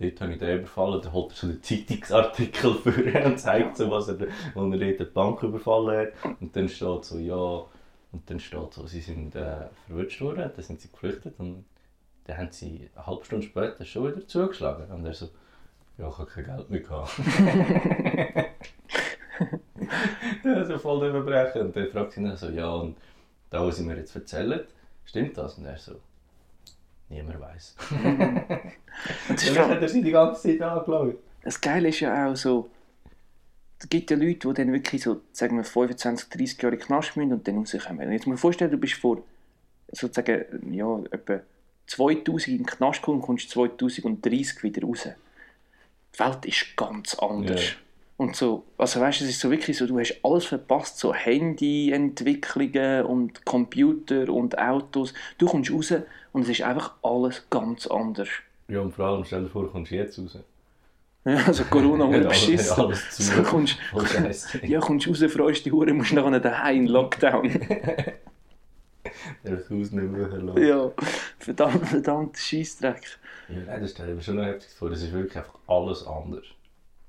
Speaker 1: dort habe ich den überfallen. Und Dann holt er so den Zeitungsartikel für und zeigt so, was er, wo er dort die Bank überfallen hat. Und dann steht so, ja, und dann steht so, sie sind äh, verwünscht worden, dann sind sie geflüchtet und dann haben sie eine halbe Stunde später schon wieder zugeschlagen. Und er so, ja, ich habe kein Geld mehr gehabt. Ja, so voll der Verbrecher. Und dann fragt ihn dann so, ja, und da, was sie mir jetzt erzählen, stimmt das? Und er so, niemand weiß.
Speaker 2: Und das ist
Speaker 1: Dann
Speaker 2: vor allem-
Speaker 1: hat er sie die ganze Zeit angeschaut.
Speaker 2: Das Geile ist ja auch so, es gibt ja Leute, die dann wirklich so, sagen wir, 25, 30 Jahre in den Knast müssen und dann rauskommen. Und jetzt muss man vorstellen, du bist vor sozusagen, ja, etwa 2000 in den Knast gekommen und kommst 2030 wieder raus. Die Welt ist ganz anders.
Speaker 1: Ja.
Speaker 2: Und so, also weißt du, es ist so wirklich so, du hast alles verpasst, so Handyentwicklungen und Computer und Autos. Du kommst raus und es ist einfach alles ganz anders.
Speaker 1: Ja, und vor allem, stell dir vor, du kommst jetzt raus.
Speaker 2: Ja, also Corona
Speaker 1: Hat
Speaker 2: wurde
Speaker 1: alles-
Speaker 2: beschissen.
Speaker 1: hat alles zu.
Speaker 2: so kommst,
Speaker 1: Voll scheiße.
Speaker 2: ja, kommst raus, freust dich, Hure, musst nachher daheim in Lockdown.
Speaker 1: Der hat das Haus nicht mehr verlassen.
Speaker 2: ja, verdammt, verdammt, Scheissdreck.
Speaker 1: Ja, nein, das stelle ich mir schon noch heftig vor. Das ist wirklich einfach alles anders.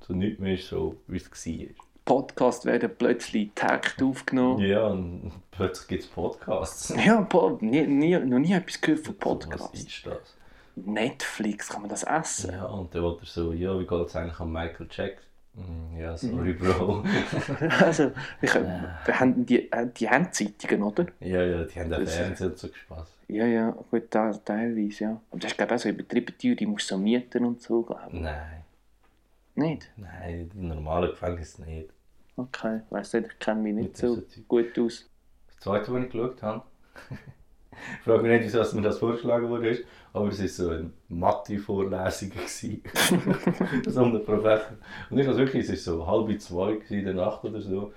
Speaker 1: So nichts mehr ist so, wie es war.
Speaker 2: Podcasts werden plötzlich tagged aufgenommen.
Speaker 1: Ja, und plötzlich gibt es Podcasts.
Speaker 2: Ja, Pod, nie, nie, noch nie etwas gehört von
Speaker 1: Was
Speaker 2: Podcasts.
Speaker 1: ist das?
Speaker 2: Netflix, kann man das essen?
Speaker 1: Ja, Äh, und dann wollte er so, ja, wie geht es eigentlich an Michael Jackson? Mm, Ja, sorry, Bro.
Speaker 2: Also, ich,
Speaker 1: Ah.
Speaker 2: haben die, äh, die haben Zeitungen, oder?
Speaker 1: ja, ja, die haben den
Speaker 2: Das-
Speaker 1: Fernseher und so gespaßt.
Speaker 2: Ja, ja, gut, da, teilweise, ja. Aber das ist, glaube ich, auch so übertrieben teuer, die musst du so mieten und so, glaube
Speaker 1: Nein,
Speaker 2: ich. Nicht?
Speaker 1: nein, im normalen Gefängnis nicht.
Speaker 2: Okay, weiss nicht, ich kenne mich nicht
Speaker 1: Mit dieser
Speaker 2: so
Speaker 1: Zeit.
Speaker 2: gut aus.
Speaker 1: Das zweite, was ich geschaut habe, Ich frage mich nicht, wieso dass mir das vorgeschlagen wurde, ist, aber es war so eine Mathe-Vorlesung. gewesen. so ein Professor. Und ich war wirklich, es war so halb zwei gewesen in der Nacht oder so.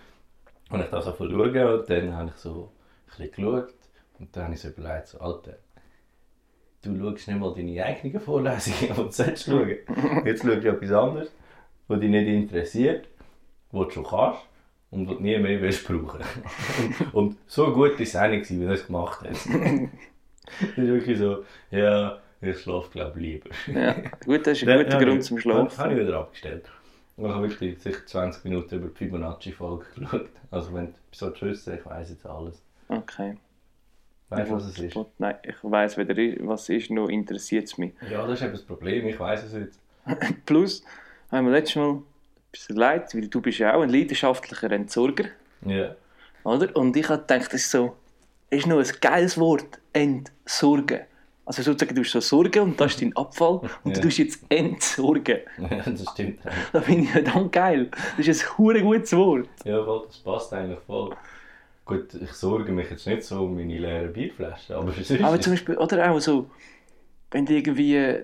Speaker 1: Und ich das einfach schauen und dann habe ich so ein bisschen geschaut und dann habe ich so überlegt, so, Alter, du schaust nicht mal deine eigenen Vorlesungen, an, die du solltest schauen. Jetzt schaust du etwas anderes, was dich nicht interessiert, was du schon kannst und was du nie mehr willst brauchen. und, und so gut war es auch nicht, wie er es gemacht hat. Es ist wirklich so, ja, ich schlafe glaube ich lieber.
Speaker 2: Ja, gut, das ist ein guter
Speaker 1: Ja,
Speaker 2: Grund
Speaker 1: ja,
Speaker 2: zum
Speaker 1: Das habe
Speaker 2: Schlafen.
Speaker 1: ich wieder abgestellt. Und ich habe wirklich sicher 20 Minuten über die Fibonacci-Folge geschaut. Also wenn du so tschüss sagst, ich weiss jetzt alles.
Speaker 2: Okay.
Speaker 1: Weißt du, was es ist?
Speaker 2: Nein, ich weiss weder i- was es ist, noch interessiert es mich.
Speaker 1: Ja, das ist eben das Problem, ich weiss es jetzt.
Speaker 2: Plus, haben wir letztes Mal ein bisschen leid, weil du bist ja auch ein leidenschaftlicher Entsorger,
Speaker 1: Ja.
Speaker 2: oder? Und ich habe gedacht, das ist so, ist nur ein geiles Wort, entsorgen. Also sozusagen, du hast so Sorgen und das ist dein Abfall und
Speaker 1: Ja.
Speaker 2: du tust jetzt entsorgen.
Speaker 1: das stimmt.
Speaker 2: Das finde ich verdammt geil. Das ist ein hure gutes Wort.
Speaker 1: Ja, voll, das passt eigentlich voll. Gut, ich sorge mich jetzt nicht so um meine leeren Bierflaschen, aber es ist...
Speaker 2: Aber zum Beispiel, oder auch so, wenn du irgendwie,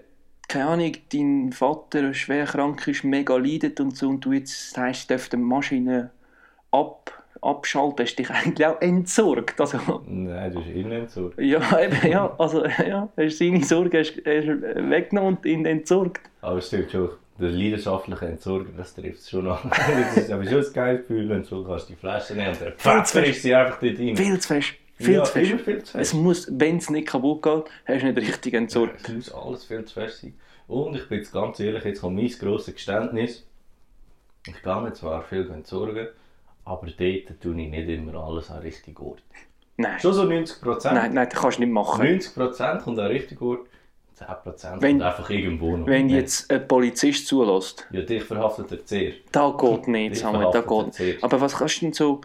Speaker 2: keine Ahnung, dein Vater schwer krank ist, mega leidet und so, und du jetzt sagst, du dürfte die Maschine ab, abschalten, hast du dich eigentlich auch entsorgt. Also,
Speaker 1: Nein, eh das ist Innensorge.
Speaker 2: ja, eben, ja, also, ja, hast seine Sorge hast, hast weggenommen und ihn entsorgt.
Speaker 1: Aber es stimmt schon, der leidenschaftliche Entsorger, das trifft es schon an. das ist aber schon ein geiles Gefühl, wenn du kannst die Flasche nehmen und dann pfff, ist sie einfach dort rein.
Speaker 2: Viel zu fest, viel
Speaker 1: ja,
Speaker 2: zu fest.
Speaker 1: immer viel zu fest.
Speaker 2: Es muss, wenn es nicht kaputt geht, hast du nicht richtig entsorgt.
Speaker 1: Es muss alles viel zu fest sein. Und ich bin jetzt ganz ehrlich, jetzt kommt mein grosses Geständnis. Ich gehe mir zwar viel entsorgen, aber dort tue ich nicht immer alles an den richtigen Ort.
Speaker 2: Nein,
Speaker 1: Schon so 90 Prozent.
Speaker 2: nein, nein, das kannst du nicht machen.
Speaker 1: 90% kommt an den richtigen Ort, 10%
Speaker 2: Wenn-
Speaker 1: kommt einfach irgendwo noch.
Speaker 2: Wenn jetzt ein Polizist zulässt,
Speaker 1: Ja, dich verhaftet der Zehr.
Speaker 2: da geht nicht,
Speaker 1: Hm. Ich
Speaker 2: Samuel, da
Speaker 1: verhaftet
Speaker 2: geht
Speaker 1: den zuerst.
Speaker 2: Aber was kannst du denn so,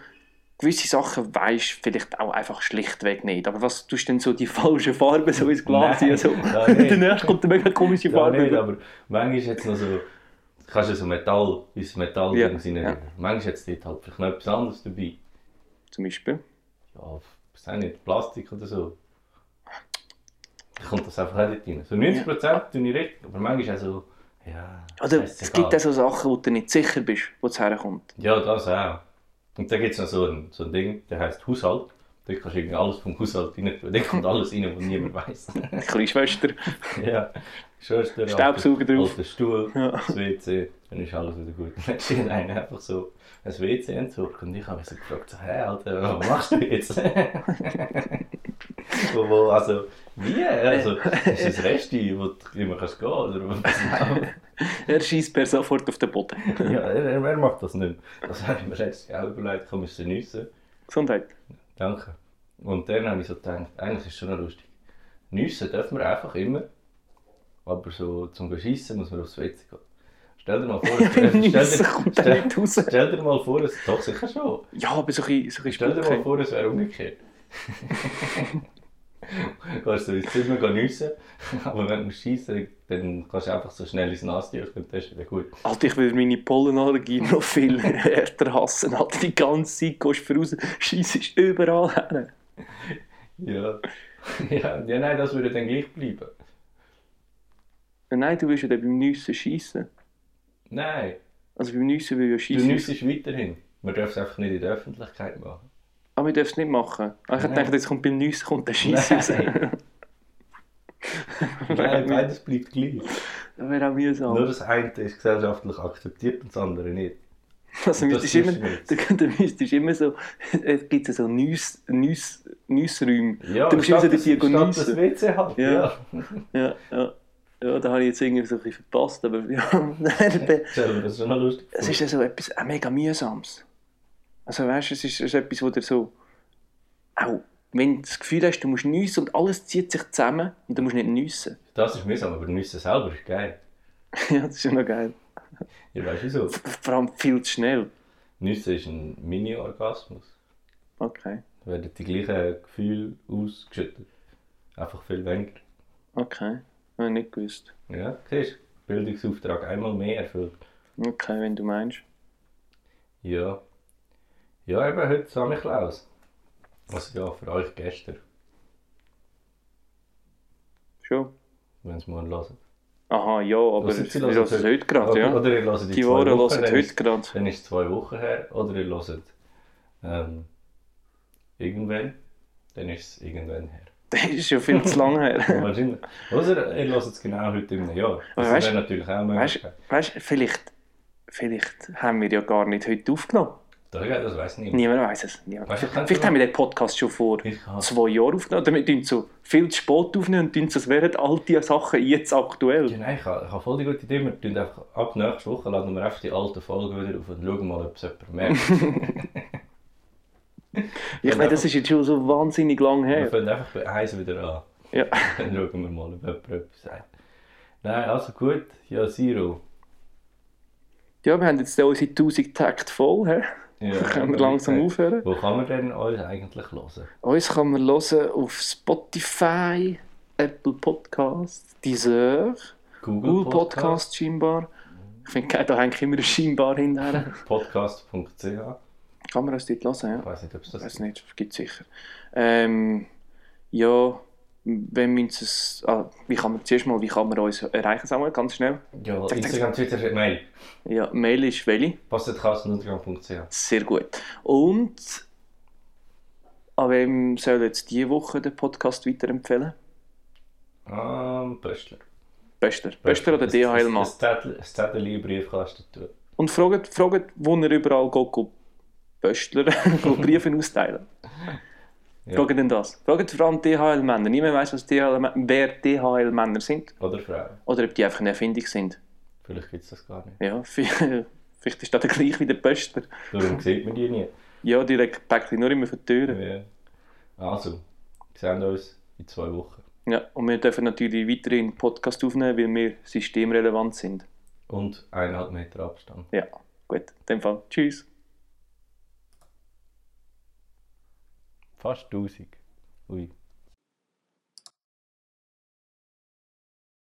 Speaker 2: gewisse Sachen weisst vielleicht auch einfach schlichtweg nicht, aber was tust du denn so die falsche Farbe so ins Glas
Speaker 1: Nein,
Speaker 2: hier so?
Speaker 1: da nicht.
Speaker 2: Der nächste kommt eine mega komische
Speaker 1: Ja,
Speaker 2: Farbe.
Speaker 1: nicht, aber manchmal hat es noch so. Kannst du so Metall, wie es Metall
Speaker 2: Ja,
Speaker 1: ja, sein.
Speaker 2: ja.
Speaker 1: Manchmal hat es dort halt vielleicht noch etwas anderes dabei.
Speaker 2: Zum Beispiel.
Speaker 1: Ja, weiß auch nicht, Plastik oder so. Dann kommt das einfach auch dort rein. So 90% tue ich richtig, aber manchmal auch so. Ja,
Speaker 2: Oder
Speaker 1: scheissegal.
Speaker 2: Also, es gibt auch so Sachen, wo du nicht sicher bist, wo es herkommt.
Speaker 1: Ja, das auch. Und da gibt es noch so ein, so ein Ding, der heißt Haushalt. Da kannst du irgendwie alles vom Haushalt rein tun. Da kommt alles rein, was niemand weiß.
Speaker 2: Die kleine Schwester.
Speaker 1: ja, Schwester,
Speaker 2: Staubsauger drauf.
Speaker 1: Alter Stuhl,
Speaker 2: Ja.
Speaker 1: das WC, dann ist eh, alles wieder gut. Dann steht einer einfach so ein WC entsorgt und ich habe mich so gefragt, so, hä, Alter, was machst du jetzt? wo, wo, also, wie? Also, ist das Reste, wo du immer kannst gehen oder was?
Speaker 2: Er schießt per sofort auf den Boden.
Speaker 1: ja, er, er er macht das nicht mehr. Das habe ich mir letztes Jahr auch überlegt, kann man es geniessen.
Speaker 2: Gesundheit.
Speaker 1: Danke. Und dann habe ich so gedacht, eigentlich ist es schon noch lustig. Nüssen dürfen wir einfach immer, aber so zum Geschissen muss man aufs WC gehen. Stell dir mal vor, es- stell, dir,
Speaker 2: Nüsse kommt da
Speaker 1: stell,
Speaker 2: nicht raus.
Speaker 1: stell dir mal vor, es doch sicher schon.
Speaker 2: Ja, aber so ein bisschen, so ein
Speaker 1: Stell
Speaker 2: bisschen
Speaker 1: dir mal
Speaker 2: Spucke.
Speaker 1: vor, es wäre umgekehrt. Kannst du ins Zimmer gehen nüssen, aber wenn du schießen, dann kannst du einfach so schnell ins Nasentuch und das ist wieder gut.
Speaker 2: Alter, ich würde meine Pollenallergie noch viel härter hassen. Alter, die ganze Zeit gehst du raus, scheissest überall hin.
Speaker 1: Ja. ja, ja, nein, das würde dann gleich bleiben.
Speaker 2: Ja, nein, du willst ja dann beim Nüssen schiessen.
Speaker 1: Nein,
Speaker 2: Also beim Nüssen will ich ja
Speaker 1: du
Speaker 2: schiessen.
Speaker 1: nüssest weiterhin. Man darf es einfach nicht in der Öffentlichkeit machen.
Speaker 2: Aber ich darf es nicht machen. Ah, Ich
Speaker 1: Nein.
Speaker 2: dachte, jetzt kommt beim Nüssen kommt der Scheiss raus.
Speaker 1: Nein. Nein, beides bleibt gleich.
Speaker 2: Das wäre auch mühsam.
Speaker 1: Nur das eine ist gesellschaftlich akzeptiert und das andere nicht.
Speaker 2: also,
Speaker 1: das
Speaker 2: müsstest du immer,
Speaker 1: wissen wir jetzt.
Speaker 2: du, du müsstest immer so, es gibt so Nüss, Nüss, Nüssräume. du musst immer so
Speaker 1: statt
Speaker 2: die
Speaker 1: das-
Speaker 2: Tiere
Speaker 1: statt das
Speaker 2: nüssen.
Speaker 1: WC halt.
Speaker 2: Ja.
Speaker 1: Ja.
Speaker 2: Ja, ja. Ja, da habe ich jetzt irgendwie so ein bisschen verpasst, aber ja. Nein,
Speaker 1: Stell dir das schon noch lustig vor.
Speaker 2: es ist ja so etwas auch mega mühsames. Also weißt du, es ist, es ist etwas, wo dir so, auch wenn du das Gefühl hast, du musst nüssen und alles zieht sich zusammen und du musst nicht nüssen.
Speaker 1: Das ist mühsam, aber Nüsse selber ist geil.
Speaker 2: ja, das ist ja noch geil.
Speaker 1: Ihr weißt wieso.
Speaker 2: Vor allem viel zu schnell.
Speaker 1: Nüsse ist ein Mini-Orgasmus.
Speaker 2: Okay,
Speaker 1: Da werden die gleichen Gefühle ausgeschüttet. Einfach viel weniger.
Speaker 2: okay. Habe ich nicht gewusst.
Speaker 1: Ja, siehst du. Bildungsauftrag einmal mehr erfüllt.
Speaker 2: Okay, wenn du meinst.
Speaker 1: Ja. Ja, eben heute Samichlaus. Also ja, für euch gestern.
Speaker 2: Schon.
Speaker 1: wenn sie morgen hören.
Speaker 2: Aha, ja, aber
Speaker 1: Hören
Speaker 2: es
Speaker 1: Sie,
Speaker 2: ist
Speaker 1: hören Sie-
Speaker 2: heute gerade,
Speaker 1: Oder-
Speaker 2: ja.
Speaker 1: Oder ihr hört die
Speaker 2: Die
Speaker 1: zwei
Speaker 2: Ohren hören
Speaker 1: Wochen, dann
Speaker 2: heute
Speaker 1: ist,
Speaker 2: gerade.
Speaker 1: dann ist es zwei Wochen her. Oder ihr hört ähm, irgendwann, dann ist es irgendwann her.
Speaker 2: Das ist ja viel zu lange her.
Speaker 1: Wahrscheinlich. Oder ihr hört es genau heute im Jahr. Das
Speaker 2: weißt-
Speaker 1: wäre natürlich auch möglich.
Speaker 2: Weißt du, vielleicht, vielleicht haben wir ja gar nicht heute aufgenommen.
Speaker 1: Das, das weiß niemand.
Speaker 2: Niemand weiß es. Niemand.
Speaker 1: Weißt du,
Speaker 2: vielleicht vielleicht haben wir den Podcast schon vor
Speaker 1: Ich kann-
Speaker 2: zwei Jahren aufgenommen. Damit tun so viel zu spät aufnehmen und tun so, als wären all diese Sachen jetzt aktuell.
Speaker 1: Ja, nein, ich habe, ich habe voll die gute Idee. Wir tun einfach ab nächste Woche laden wir einfach die alte Folge wieder auf und schauen mal, ob es jemand merkt.
Speaker 2: Ich meine, das ist jetzt schon so wahnsinnig lang
Speaker 1: wir
Speaker 2: her.
Speaker 1: fangen einfach bei 1 wieder an.
Speaker 2: Ja.
Speaker 1: Dann schauen wir mal, ob jemand etwas sagt. Nein, also gut. Ja, Zero.
Speaker 2: ja, wir haben jetzt da unsere 1000 Takte voll. He?
Speaker 1: Ja, äh,
Speaker 2: Können wir langsam aufhören?
Speaker 1: Wo kann man denn uns eigentlich hören?
Speaker 2: Uns kann man hören auf Spotify, Apple Podcasts, Deezer, Google Podcasts scheinbar. Ich finde, geil, da hängt immer ein scheinbar hinterher.
Speaker 1: Podcast. Podcast.ch.
Speaker 2: Kann man uns dort hören,
Speaker 1: Ich
Speaker 2: ja?
Speaker 1: weiß nicht, ob es das
Speaker 2: Weiß nicht, gibt sicher. Ähm, ja, wenn wir es. Ah, wie kann man zuerst mal, wie kann man uns erreichen, sagen wir ganz schnell?
Speaker 1: Ja,
Speaker 2: zack.
Speaker 1: Instagram, Twitter, Mail.
Speaker 2: Ja, Mail ist welche?
Speaker 1: Passetkastenuntergang.ch.
Speaker 2: Sehr gut. Und an wem soll jetzt diese Woche den Podcast weiterempfehlen?
Speaker 1: Ähm, Pöstler.
Speaker 2: Bester. Bester oder DHL Mann?
Speaker 1: Das Zettel, Briefkasten tun.
Speaker 2: Und fragt, fragt wo ihr überall geht, geht Böstler, geht Briefe austeilen.
Speaker 1: Ja.
Speaker 2: Fragt denn das. Fragt vor allem DHL-Männer. Niemand weiß, was DHL, Mä- wer DHL-Männer sind.
Speaker 1: Oder Frauen.
Speaker 2: Oder ob die einfach eine Erfindung sind.
Speaker 1: Vielleicht gibt es das gar nicht.
Speaker 2: Ja, vielleicht vielleicht ist das der gleich wie der Böstler.
Speaker 1: Darum sieht man die nie.
Speaker 2: Ja, direkt Päckchen nur immer vor die Türe.
Speaker 1: Ja. Also, wir sehen uns in zwei Wochen.
Speaker 2: Ja, und wir dürfen natürlich weiterhin Podcast aufnehmen, weil wir systemrelevant sind.
Speaker 1: Und eineinhalb Meter Abstand.
Speaker 2: Ja, gut. In dem Fall, tschüss.
Speaker 1: Fast 1000. Ui.